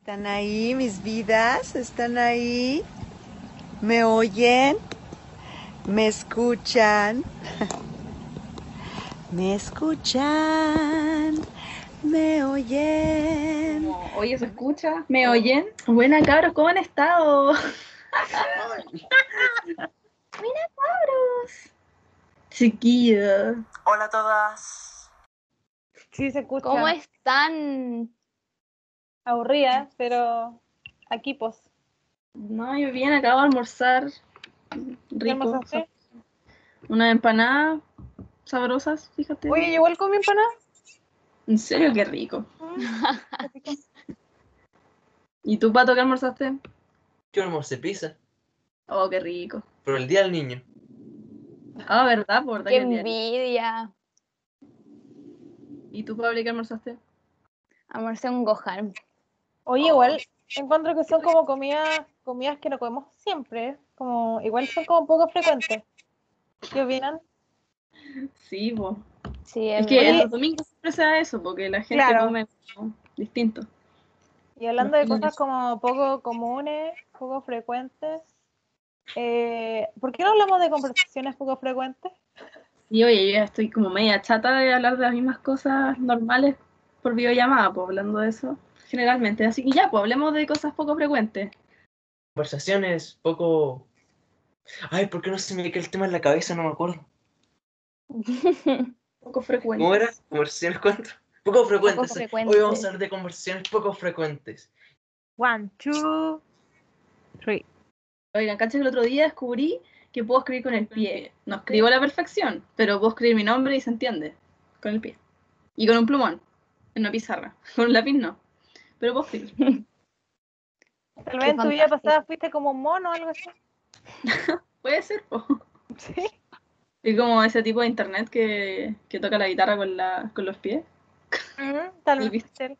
¿Están ahí mis vidas? ¿Están ahí? ¿Me oyen? ¿Me escuchan? ¿Me escuchan? ¿Me oyen? Oye, ¿se escucha? ¿Me oyen? Buena, cabros, ¿cómo han estado? Mira, cabros. Chiquillos. Hola a todas. Sí, se escucha. ¿Cómo están? Aburrida, pero aquí pues. No, yo bien, acabo de almorzar. Rico. almorzaste? Una empanada sabrosas, fíjate. Oye, ¿yo igual comí empanada? En serio, qué rico. ¿Y tú, Pato, qué almorzaste? Yo almorcé pizza Oh, qué rico. por el Día del Niño. Ah, ¿verdad? Por verdad ¡Qué que bien. envidia! ¿Y tú, Pablo, qué almorzaste? Almorcé un Gohan. Oye, igual encuentro que son como comidas, comidas que no comemos siempre, ¿eh? como igual son como poco frecuentes. ¿Qué opinan? Sí, po. Sí, Es que los domingos siempre se da eso, porque la gente Claro. come como distinto. Y hablando de No, no cosas como poco comunes, poco frecuentes, eh, ¿por qué no hablamos de conversaciones poco frecuentes? Y oye, yo ya estoy como media chata de hablar de las mismas cosas normales por videollamada, pues hablando de eso generalmente. Así que ya, pues hablemos de cosas poco frecuentes. Conversaciones poco. Ay, ¿por qué no se me queda el tema en la cabeza? No me acuerdo. Poco frecuentes. ¿Cómo era? ¿Conversaciones cuánto? Poco frecuentes. frecuentes. Hoy vamos a hablar de conversaciones poco frecuentes. One, two, three. Oigan, caché que el otro día descubrí que puedo escribir con el pie. No escribo a la perfección, pero puedo escribir mi nombre y se entiende. Con el pie. Y con un plumón. En una pizarra. Con un lápiz no. Pero puedo escribir. Tal vez en tu vida fantástico. pasada fuiste como un mono o algo así. Puede ser, po. Sí. Es como ese tipo de internet que, que toca la guitarra con, la, con los pies. Ujú, tal Y vez. viste-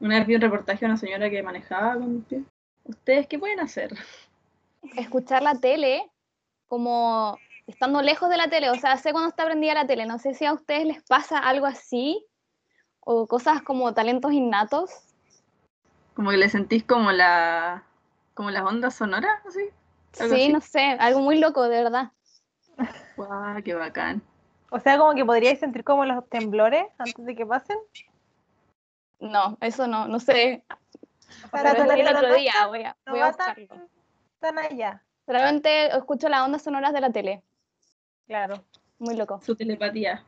Una vez vi un reportaje de una señora que manejaba con los pies. ¿Ustedes qué pueden hacer? escuchar la tele como estando lejos de la tele, o sea, sé cuando está prendida la tele, no sé si a ustedes les pasa algo así o cosas como talentos innatos. Como que le sentís como la como las ondas sonoras, así. Algo Sí, así. no sé, algo muy loco, de verdad. ¡Guau, qué bacán! O sea, como que podríais sentir como los temblores antes de que pasen. No, eso no, no sé. sea, Lo no- descubrí el no- otro no- día, voy a, no voy a va tan- buscarlo. tan allá. Realmente escucho las ondas sonoras de la tele, Claro. muy loco. Su telepatía.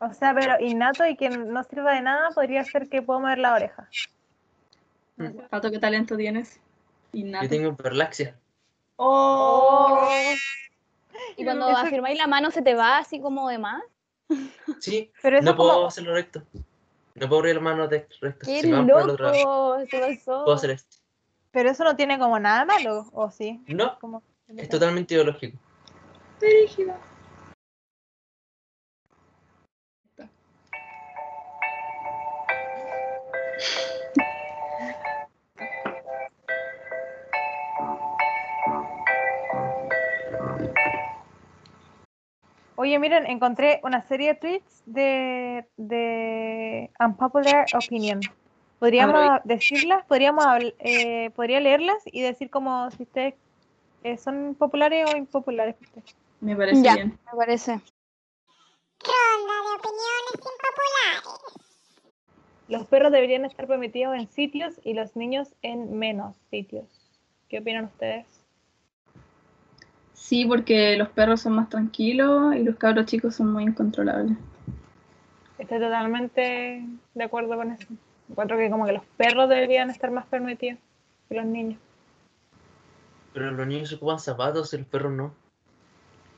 O sea, pero innato y que no sirva de nada podría ser que puedo mover la oreja. Mm. Pato, ¿qué talento tienes? Innato. Yo tengo hiperlaxia. ¡Oh! Y cuando Eso- afirmáis la mano se te va así como de más. Sí, Pero eso no es como- puedo hacerlo recto. No puedo abrir las manos de- recto. ¡Qué Se me van por el otro lado. loco! ¿Qué pasó? Puedo hacer esto. Pero eso no tiene como nada malo, ¿o sí? No, Como... es totalmente ideológico. Brígida. Oye, miren, encontré una serie de tweets de, de Unpopular Opinion. Podríamos Maravilla. decirlas, podríamos habl- eh, podría leerlas y decir como si ustedes eh, son populares o impopulares. Me parece Ya. bien. Me parece. Ronda de opiniones impopulares. Los perros deberían estar permitidos en sitios y los niños en menos sitios. ¿Qué opinan ustedes? Sí, porque los perros son más tranquilos y los cabros chicos son muy incontrolables. Estoy totalmente de acuerdo con eso. Encuentro que como que los perros deberían estar más permitidos que los niños. Pero los niños ocupan zapatos y los perros no.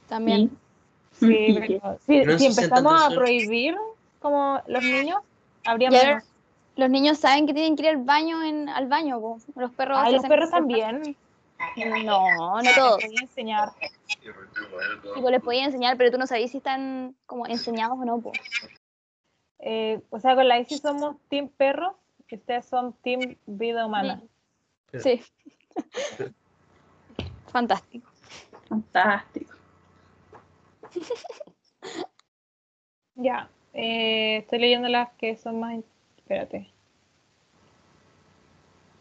También. Sí, ¿Y qué? pero si, Pero si eso se empezamos a entonces- prohibir como los niños, habría Y ahora- menos. Los niños saben que tienen que ir al baño en, al baño, po. los perros. Ay, Ah, los hacen- perros también. No, no todos. Te voy a enseñar. Tipo, pues les podía enseñar, pero tú no sabías si están como enseñados o no, po. Eh, o sea, con la ICI somos team perros y ustedes son team vida humana. Sí. Fantástico. Fantástico. Ya, eh, estoy leyendo las que son más... Espérate.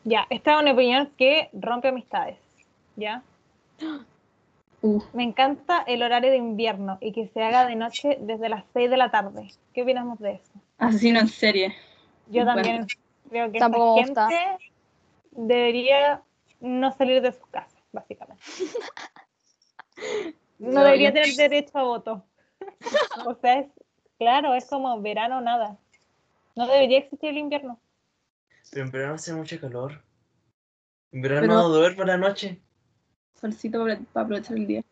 Ya, esta es una opinión que rompe amistades. Ya. Uh, Me encanta el horario de invierno y que se haga de noche desde las 6 de la tarde. ¿Qué opinamos de eso? asesino en serie. Yo Bueno. también creo que esta Tampoco me gente gusta. debería no salir de sus casas, básicamente. No, No, debería yo- tener derecho a voto. o sea, es, claro, es como verano nada. No debería existir el invierno. Pero en verano hace mucho calor. En verano Pero- duermo la noche. Solcito para, para aprovechar el día.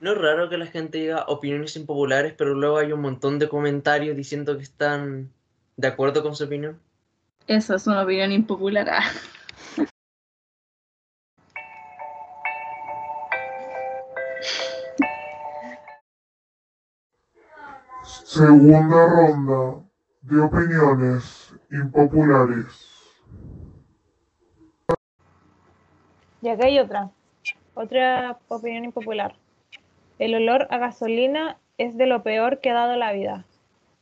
No es raro que la gente diga opiniones impopulares, pero luego hay un montón de comentarios diciendo que están de acuerdo con su opinión. Eso es una opinión impopular. ah. Segunda ronda de opiniones impopulares. Y acá hay otra, otra opinión impopular. El olor a gasolina es de lo peor que ha dado la vida.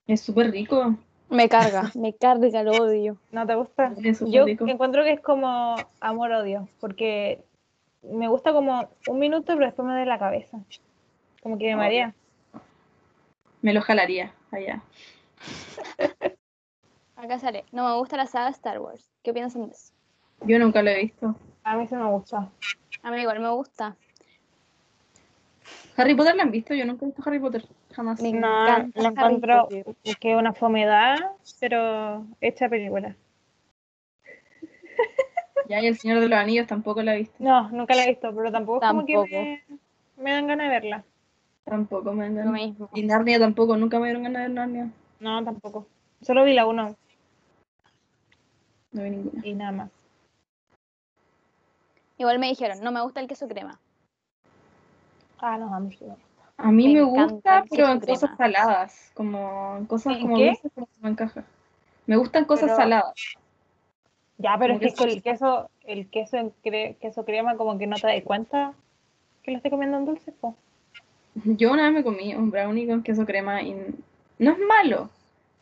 Es súper rico. Me carga, me carga, lo odio. ¿No te gusta? Es súper Yo rico. encuentro que es como amor-odio, porque me gusta como un minuto, pero después me da la cabeza. Como que me Ok. marea. Me lo jalaría allá. Acá sale, no me gusta la saga Star Wars. ¿Qué piensan de eso? Yo nunca lo he visto. A mí se me gusta. A mí igual me gusta. Harry Potter la han visto, yo nunca he visto Harry Potter, jamás. Me No, encanta la Harry encuentro Potter. que es una fomedad, pero hecha película. Ya, y el Señor de los Anillos tampoco la he visto. No, nunca la he visto, pero tampoco, es como Tampoco. que me, me dan ganas de verla. Tampoco me han Lo dado. mismo. Y Narnia tampoco, nunca me dieron ganas de Narnia. No, tampoco. Solo vi la uno No vi ninguna. y nada más. Igual me dijeron, no me gusta el queso crema. Ah, no, a mí sí. A mí Me me, gusta, encanta el pero queso en crema. cosas saladas, como en cosas ¿En como qué? dulces, como que no encaja. Me gustan cosas Pero- saladas. Ya, pero Como es que que con el queso, el queso, en cre- queso crema, como que no te das cuenta que lo estoy comiendo en dulce, po. Yo una vez me comí un brownie con queso crema y no es malo,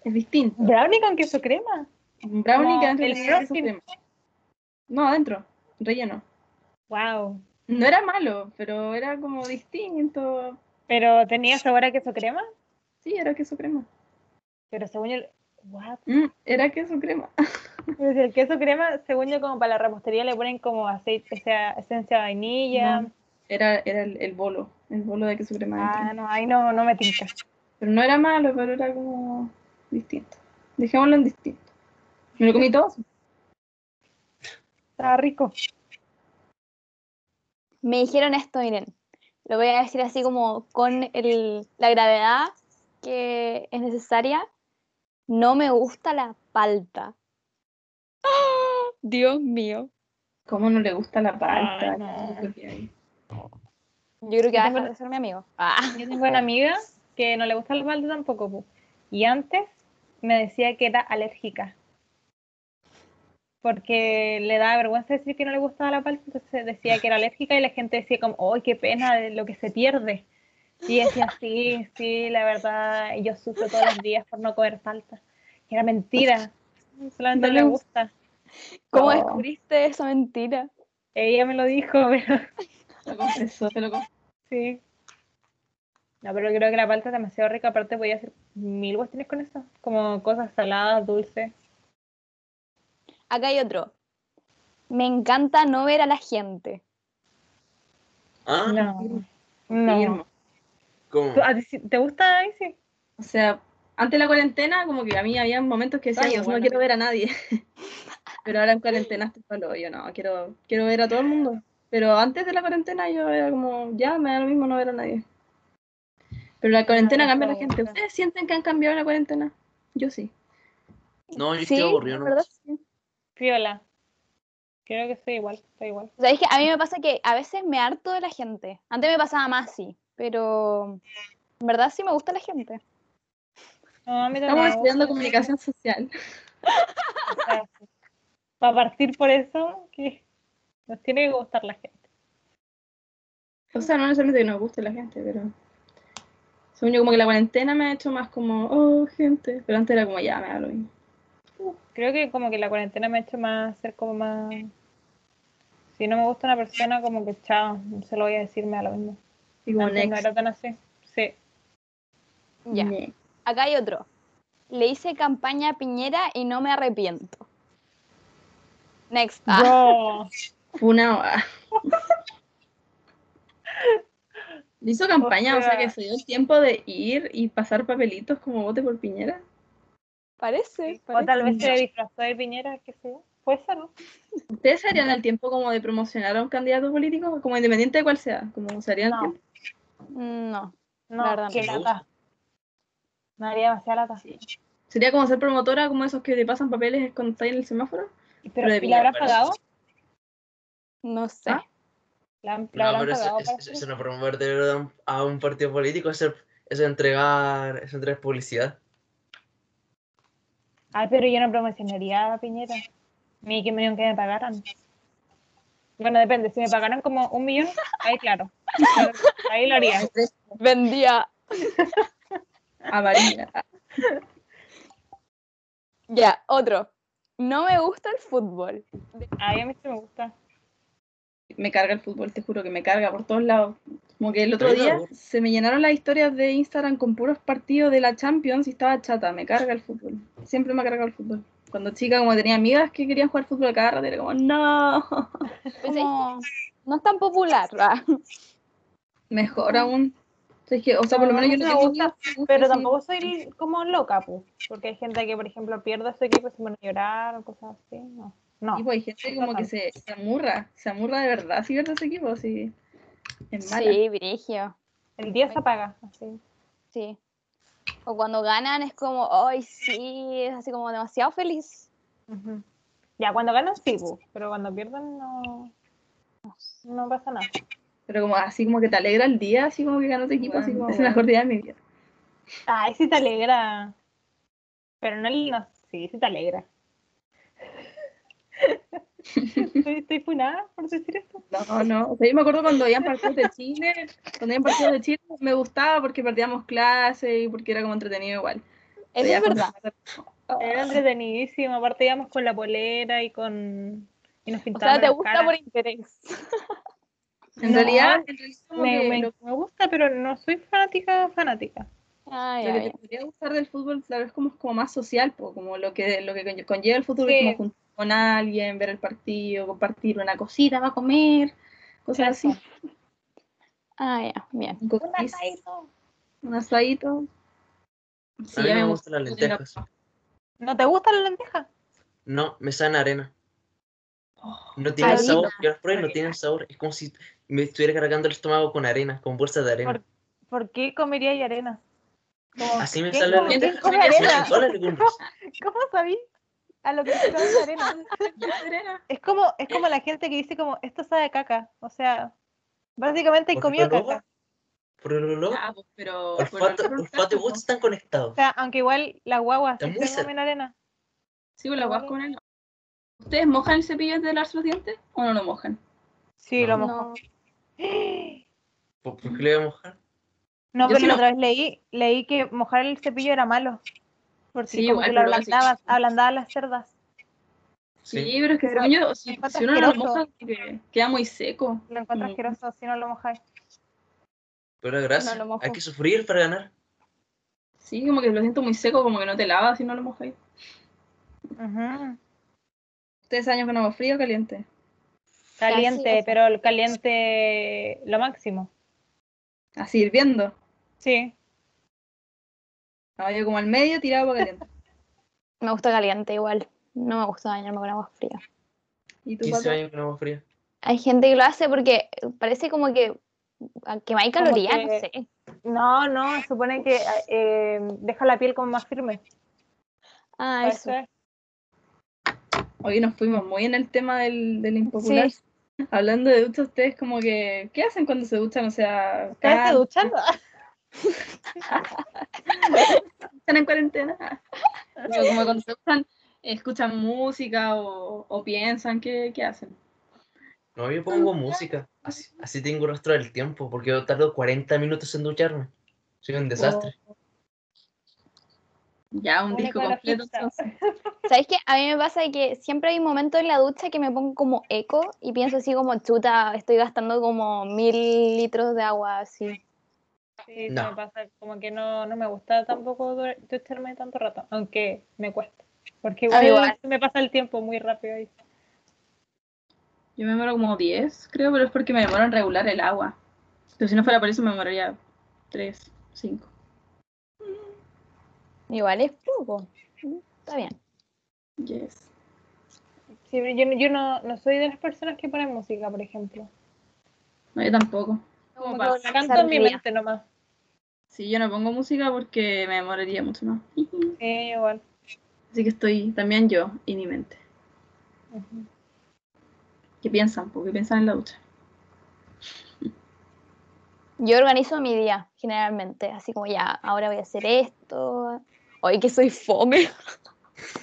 es distinto. ¿Brownie con queso crema? Un brownie Como que adentro el tenía queso frosting. crema. No, adentro, relleno. ¡Wow! No era malo, pero era como distinto. ¿Pero tenía sabor a queso crema? Sí, era queso crema. Pero según yo, what? Mm, era queso crema. Pero si el queso crema, según yo, como para la repostería le ponen como aceite, o sea, esencia de vainilla. No, Era, era el, el bolo, el bolo de queso crema. Ah, adentro. no, ahí no, no me tinca. Pero no era malo, pero era como distinto. Dejémoslo en distinto. Me lo comí todo. Estaba rico. Me dijeron esto, miren. Lo voy a decir así como con el- la gravedad que es necesaria. No me gusta la palta. ¡Ah! Dios mío. ¿Cómo no le gusta la palta? Ay, no. Lo que hay. Yo creo que va a Yo dejar de ser mi amigo. Ah. Yo tengo una amiga que no le gusta el balde tampoco, po. y antes me decía que era alérgica. Porque le daba vergüenza decir que no le gustaba la palta, entonces decía que era alérgica y la gente decía como, ¡ay, qué pena de lo que se pierde! Y ella decía, sí, sí, la verdad, yo sufro todos los días por no comer palta. Y era mentira, solamente No no le le gusta. gusta. ¿Cómo Oh. descubriste esa mentira? Ella me lo dijo, pero Lo confesó, te lo confesó. sí. No, pero creo que la palta es demasiado rica, aparte podía hacer mil cuestiones con eso, como cosas saladas, dulces. Acá hay otro. Me encanta no ver a la gente. Ah, No. Ah, Guillermo. ¿cómo? ¿Tú- a ti sí- ¿Te gusta Icy? O sea, antes de la cuarentena, como que a mí había momentos que decía, Ay, "Dios, bueno. no quiero ver a nadie. Pero ahora en cuarentena estoy solo, yo no, quiero, quiero ver a todo el mundo. Pero antes de la cuarentena yo era como, ya, me da lo mismo no ver a nadie. Pero la cuarentena no cambia a la me gente. gusta. ¿Ustedes sienten que han cambiado la cuarentena? Yo sí. No, yo Sí, estoy la aburrido. ¿no? verdad Viola. Creo que soy igual, estoy igual. O sea, es que a mí me pasa que a veces me harto de la gente. Antes me pasaba más, sí, pero en verdad sí me gusta la gente. No, a mí también Estamos me estudiando gusta. comunicación social. O sea, Para partir por eso, que nos tiene que gustar la gente. O sea, no necesariamente que nos guste la gente, pero... Según yo, como que la cuarentena me ha hecho más como, oh, gente. Pero antes era como, ya, me da lo mismo. Creo que como que la cuarentena me ha hecho más ser como más. Si no me gusta una persona, como que chao, se lo voy a decirme a lo mismo. Y como Antes no next. era tan así. Sí. Ya. Ne- Acá hay otro. Le hice campaña a Piñera y no me arrepiento. Next. Ah, No. Una va. Le hizo campaña, o sea que sea- se dio el tiempo de ir y pasar papelitos como vote por Piñera. parece. O parece. tal vez se disfrazó de Piñera, qué sé yo. Puede ser, ¿no? ¿Ustedes se harían el tiempo como de promocionar a un candidato político? Como independiente de cuál sea. Como se harían el No. tiempo. No. No, La verdad qué no. lata. Me haría demasiada lata. Sería como ser promotora, como esos que le pasan papeles cuando está ahí en el semáforo. Pero, de ¿y Piñera, la habrán pero- pagado? No sé. ¿Ah? ¿La, la No, habrán pero eso, pagado? eso- parece? eso no promover de verdad a un- a un partido político, eso, eso es entregar, eso entregar publicidad. Ay, pero yo no promocionaría a Piñera. Ni que me que me pagaran. Bueno, depende. Si me pagaran como un millón, ahí claro. Ahí lo haría. Vendía. A Marina. Ya, otro. No me gusta el fútbol. Ay, a mí sí me gusta. Me carga el fútbol, te juro que me carga por todos lados. Como que el otro A mí día tampoco. se me llenaron las historias de Instagram con puros partidos de la Champions y estaba chata. Me carga el fútbol. Siempre me ha cargado el fútbol. Cuando chica, como tenía amigas que querían jugar fútbol a cada rato, era como, no. Como- No es tan popular. Ah, ¿verdad? Mejor aún. O sea, es que, o sea, por lo No, menos yo no no me tengo gusta, hijos, sí, Pero sí. tampoco soy como loca, pues. Porque hay gente que, por ejemplo, pierde su equipo y se pone a llorar o cosas así. No. No. Y pues, hay gente como que se, se amurra, se amurra de verdad, si pierde ese equipo, sí. Es mala. Sí, Brigio. El día se apaga. Así. Sí. O cuando ganan es como, ay, sí, es así como demasiado feliz. Ujú. Ya, cuando ganan sí, pues. Pero cuando pierden no. No pasa nada. Pero como así como que te alegra el día, así como que ganas equipo, así Bueno, como es bueno. la mejor día de mi vida. Ay, sí te alegra. Pero no, no sí, sí te alegra. estoy, estoy funada por decir esto. No, no. O sea, yo me acuerdo cuando habían partidos de Chile, cuando habían partidos de Chile, me gustaba porque perdíamos clase y porque era como entretenido igual. Eso Ya es cuando- verdad. Era entretenidísimo. Aparte íbamos con la polera y con. Y nos O pintaban sea, te las gusta caras. por interés. En No, realidad, en realidad como me, que me, lo, me gusta, pero no soy fanática, fanática. Ay, lo que ay, te podría gustar del fútbol, claro, es como, como más social, po, como lo que, lo que conlle- conlleva el fútbol, es Sí. como juntar con alguien, ver el partido, compartir una cosita, va a comer, cosas así. Eso. ay, Ah, ya, bien. Un Un cookies, asadito. un asadito. Sí, a mí ya me no me gusta gustan las la lentejas. papa. ¿No te gustan las lentejas? No, me saben a arena. No Harina. tienen sabor, yo las probé y no tienen sabor. Es como si me estuviera cargando el estómago con arena, con bolsas de arena. Por- ¿Por qué comería y arena? Como, Así me ¿qué- salen las cómo- lentejas. cómo Me arena? salen todas las legumbres. ¿Cómo sabí a lo que sabe la arena? Es como, es como la gente que dice como, esto sabe a caca. O sea, básicamente Por comió olor, caca. Por el olor, Ah, pues, pero por olfato, olor, olfato y no. gusto están conectados. O sea, aunque igual las guaguas Está sí muy se comen arena. Sí, pues la guas con el- ¿Ustedes mojan el cepillo antes de lavarse los dientes o no lo mojan? Sí, No. lo mojó. No. ¿Por, por qué le voy a mojar? No, Yo pero sí la lo- otra vez leí, leí que mojar el cepillo era malo. Porque Sí, como igual, que lo pero así- ablandabas, ablandabas las cerdas. Sí, Sí. pero es que Pero según yo, si, encuentro si uno no lo asqueroso. moja, como que queda muy seco. Lo encuentro Mm. asqueroso si no lo mojáis. Pero gracias, No lo mojo. hay que sufrir para ganar. Sí, como que lo siento muy seco, como que no te lavas si no lo mojáis. Ujú. ¿Ustedes años con agua fría o caliente? Así Caliente, es. pero el caliente lo máximo. Así, hirviendo. Sí. No, yo como al medio tirado para caliente. Me gusta caliente igual. No me gusta bañarme con agua fría. ¿Y tú, 15 Pato? años con agua fría. Hay gente que lo hace porque parece como que a- que hay Como calorías, no que- sé. No, no, supone que eh, deja la piel como más firme. Ah, Parece- eso. Hoy nos fuimos muy en el tema del, del impopular. Hablando de ducha, ustedes como que, ¿qué hacen cuando se duchan? O sea, ¿Ustedes se ¿can- duchan? están en cuarentena. Pero como cuando se gustan, escuchan música o, o piensan, ¿qué, qué hacen? No, yo pongo música. Así, así tengo rastro del tiempo, porque yo tardo 40 minutos en ducharme. Oh. Soy un desastre. Ya, un Una disco con la completo. pizza. entonces. ¿Sabes qué? A mí me pasa que siempre hay momentos en la ducha que me pongo como eco y pienso así como, chuta, estoy gastando como mil litros de agua así. Sí, No. eso me pasa, como que no, no me gusta tampoco dur- ducharme tanto rato, aunque me cuesta. Porque A mí igual, igual. se me pasa el tiempo muy rápido ahí. Yo me demoro como 10, creo, pero es porque me demoro en regular el agua. Pero si no fuera por eso, me demoraría 3, 5. Igual es poco. Mm, Está bien. Yes. Sí, pero yo, no- yo no, no soy de las personas que ponen música, por ejemplo. No, yo tampoco. Como Como para- que volver a Canto empezar en mi el día. mente nomás. Sí, yo no pongo música porque me demoraría mucho más. Sí, igual. Así que estoy también yo y mi mente. Ujú. ¿Qué piensan? ¿Por qué piensan en la ducha? Yo organizo mi día generalmente, así como ya, ahora voy a hacer esto. Hoy que soy fome.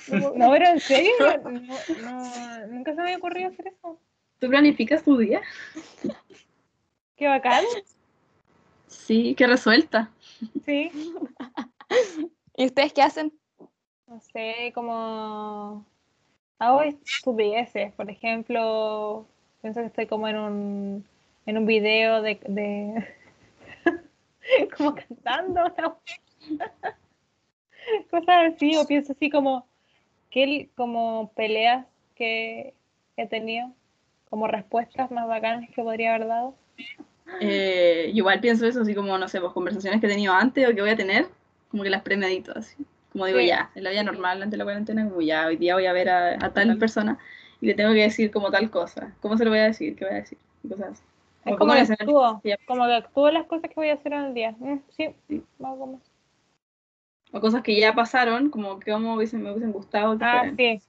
No puedo- No, pero en serio, no, no- nunca se me había ocurrido hacer eso. ¿Tú planificas tu día? Qué bacán. Sí, qué resuelta. Sí. ¿Y ustedes qué hacen? No sé, como hago estupideces. Por ejemplo, pienso que estoy como en un, en un video de, de- como cantando. una wea. Cosas así, o pienso así como, que, como peleas que he tenido, como respuestas más bacanas que podría haber dado. Eh, igual pienso eso, así como, no sé, pues conversaciones que he tenido antes o que voy a tener, como que las premedito, así. Como digo, Sí. ya, en la vida normal, ante la cuarentena, como ya, hoy día voy a ver a, a tal persona y le tengo que decir como tal cosa. ¿Cómo se lo voy a decir? ¿Qué voy a decir? Y cosas así. Es como Como pongo que el escenario. actúo, Ya. como que actúo las cosas que voy a hacer en el día. Mm, sí, vamos a comer. O cosas que ya pasaron, como que como hubiesen- me hubiesen gustado. que Ah, fueran. sí.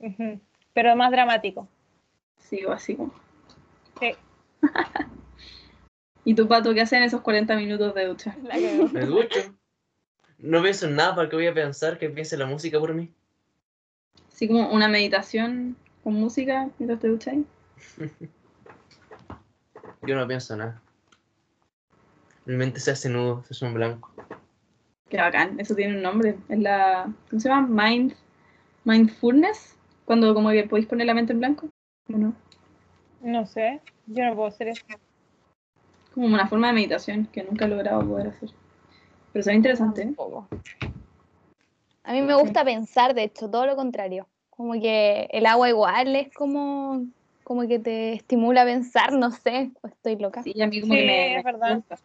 Ujú. Pero más dramático. Sí, o así como. Sí. ¿Y tu pato qué hacen en esos 40 minutos de ducha? La cagó. Me ducho. No pienso en nada, ¿para qué voy a pensar que piense la música por mí? Así como una meditación con música mientras te duchas. Yo no pienso en nada. Mi mente se hace nudo, se hace un blanco. Qué bacán, eso tiene un nombre. Es la. ¿Cómo se llama? Mind, mindfulness. Cuando como que podéis poner la mente en blanco. ¿O no? No sé. Yo no puedo hacer eso. Como una forma de meditación que nunca he logrado poder hacer. Pero se ve interesante, ¿eh? Tampoco. A mí me gusta pensar, de hecho, todo lo contrario. Como que el agua igual es como, como que te estimula a pensar, no sé, o estoy Ah, loca. Sí, a mí como Sí, que me. es verdad. me-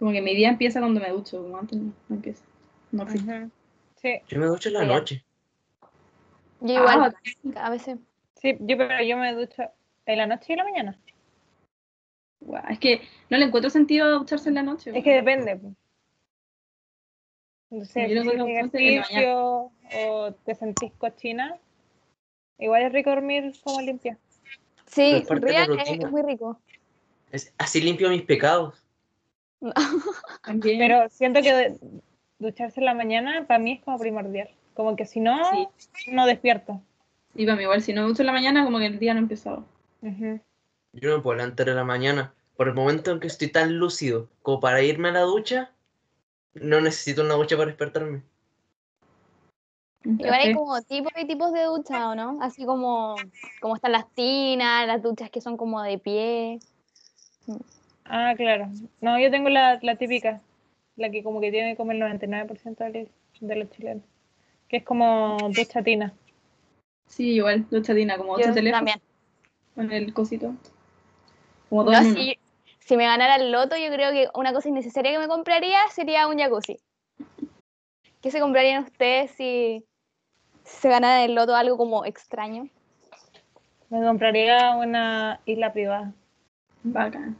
Como que mi día empieza cuando me ducho, como antes no, no empieza. No existe. Ujú. Sí, Yo me ducho en la Ya. noche. Yo Ah, igual, bacán. a veces. sí, yo, pero yo me ducho en la noche y en la mañana. Guau, Es que no le encuentro sentido ducharse en la noche. Es que depende. po. No sé, Yo no si soy haces como fuerte en la mañana. ejercicio o te sentís cochina, igual es rico dormir como limpia. Sí, es parte de la real, es, rutina. es muy rico. Es- así limpio mis pecados. También. Pero siento que de- ducharse en la mañana para mí es como primordial. Como que si no, Sí. no despierto. Sí, para mí igual, si no me ducho en la mañana, como que el día no ha empezado. Ujú. Yo no me puedo levantar en la mañana. Por el momento en que estoy tan lúcido como para irme a la ducha, no necesito una ducha para despertarme. Un Igual hay café. como tipos y tipos de ducha, ¿o no? Así como, como están las tinas, las duchas que son como de pie. Ah, claro. No, yo tengo la, la típica, la que como que tiene como el 99% de, de los chilenos, que es como ducha tina. Sí, igual, ducha tina, como Yo otro teléfono también. con el cosito. Como todo No, en uno. si, si me ganara el loto, yo creo que una cosa innecesaria que me compraría sería un jacuzzi. ¿Qué se comprarían ustedes si, si se ganara el loto algo como extraño? Me compraría una isla privada. Bacán.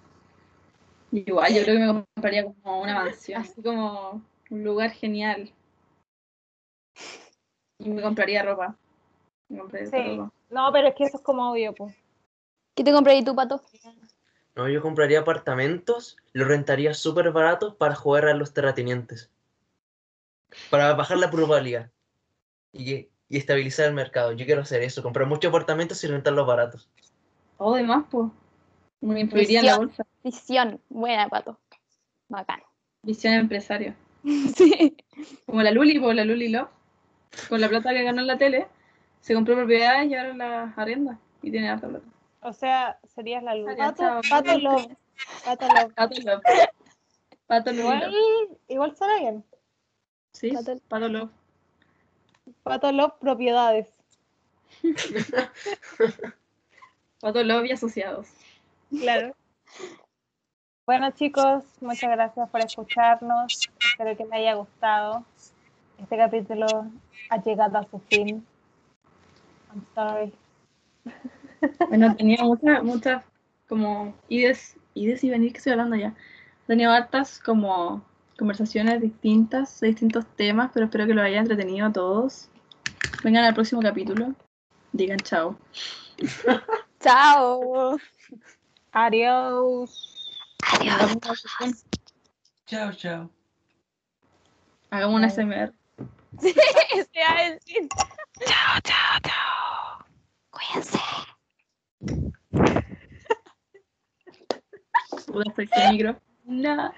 Igual, yo creo que me compraría como una mansión, así como un lugar genial. Y me compraría ropa. Me compraría Sí. ropa. No, pero es que eso es como obvio, pues. ¿Qué te compraría tú, Pato? No, yo compraría apartamentos, los rentaría súper baratos para jugar a los terratenientes. Para bajar la probabilidad. Y, que- y estabilizar el mercado. Yo quiero hacer eso, comprar muchos apartamentos y rentarlos baratos. Todo demás, pues. Como que influiría en la Visión. bolsa. Visión. Buena, Pato. Bacán. Visión empresaria. Sí. Como la pues, Luli, po, la Luli Love. Con la plata que ganó en la tele, se compró propiedades y ahora las arrienda. Y tiene harta plata. O sea, serías la luz. Pato- Pato, pato Love. Pato Love. Pato Love. Pato Love. Igual, igual suena bien. Sí, Pato- Pato Love. Pato Love propiedades. Pato Love y asociados. Claro. Bueno, chicos, muchas gracias por escucharnos. Espero que les haya gustado. Este capítulo ha llegado a su fin. I'm sorry. Bueno, tenía muchas, muchas como ides, ides y venir que estoy hablando ya. He tenido hartas como conversaciones distintas, de distintos temas, pero espero que lo haya entretenido a todos. Vengan al próximo capítulo. Digan chao. Chao. Adiós. Hagamos una sesión, Chao, chao. Hagamos una SMR. Este a decir. Puta, estoy sin micro. No.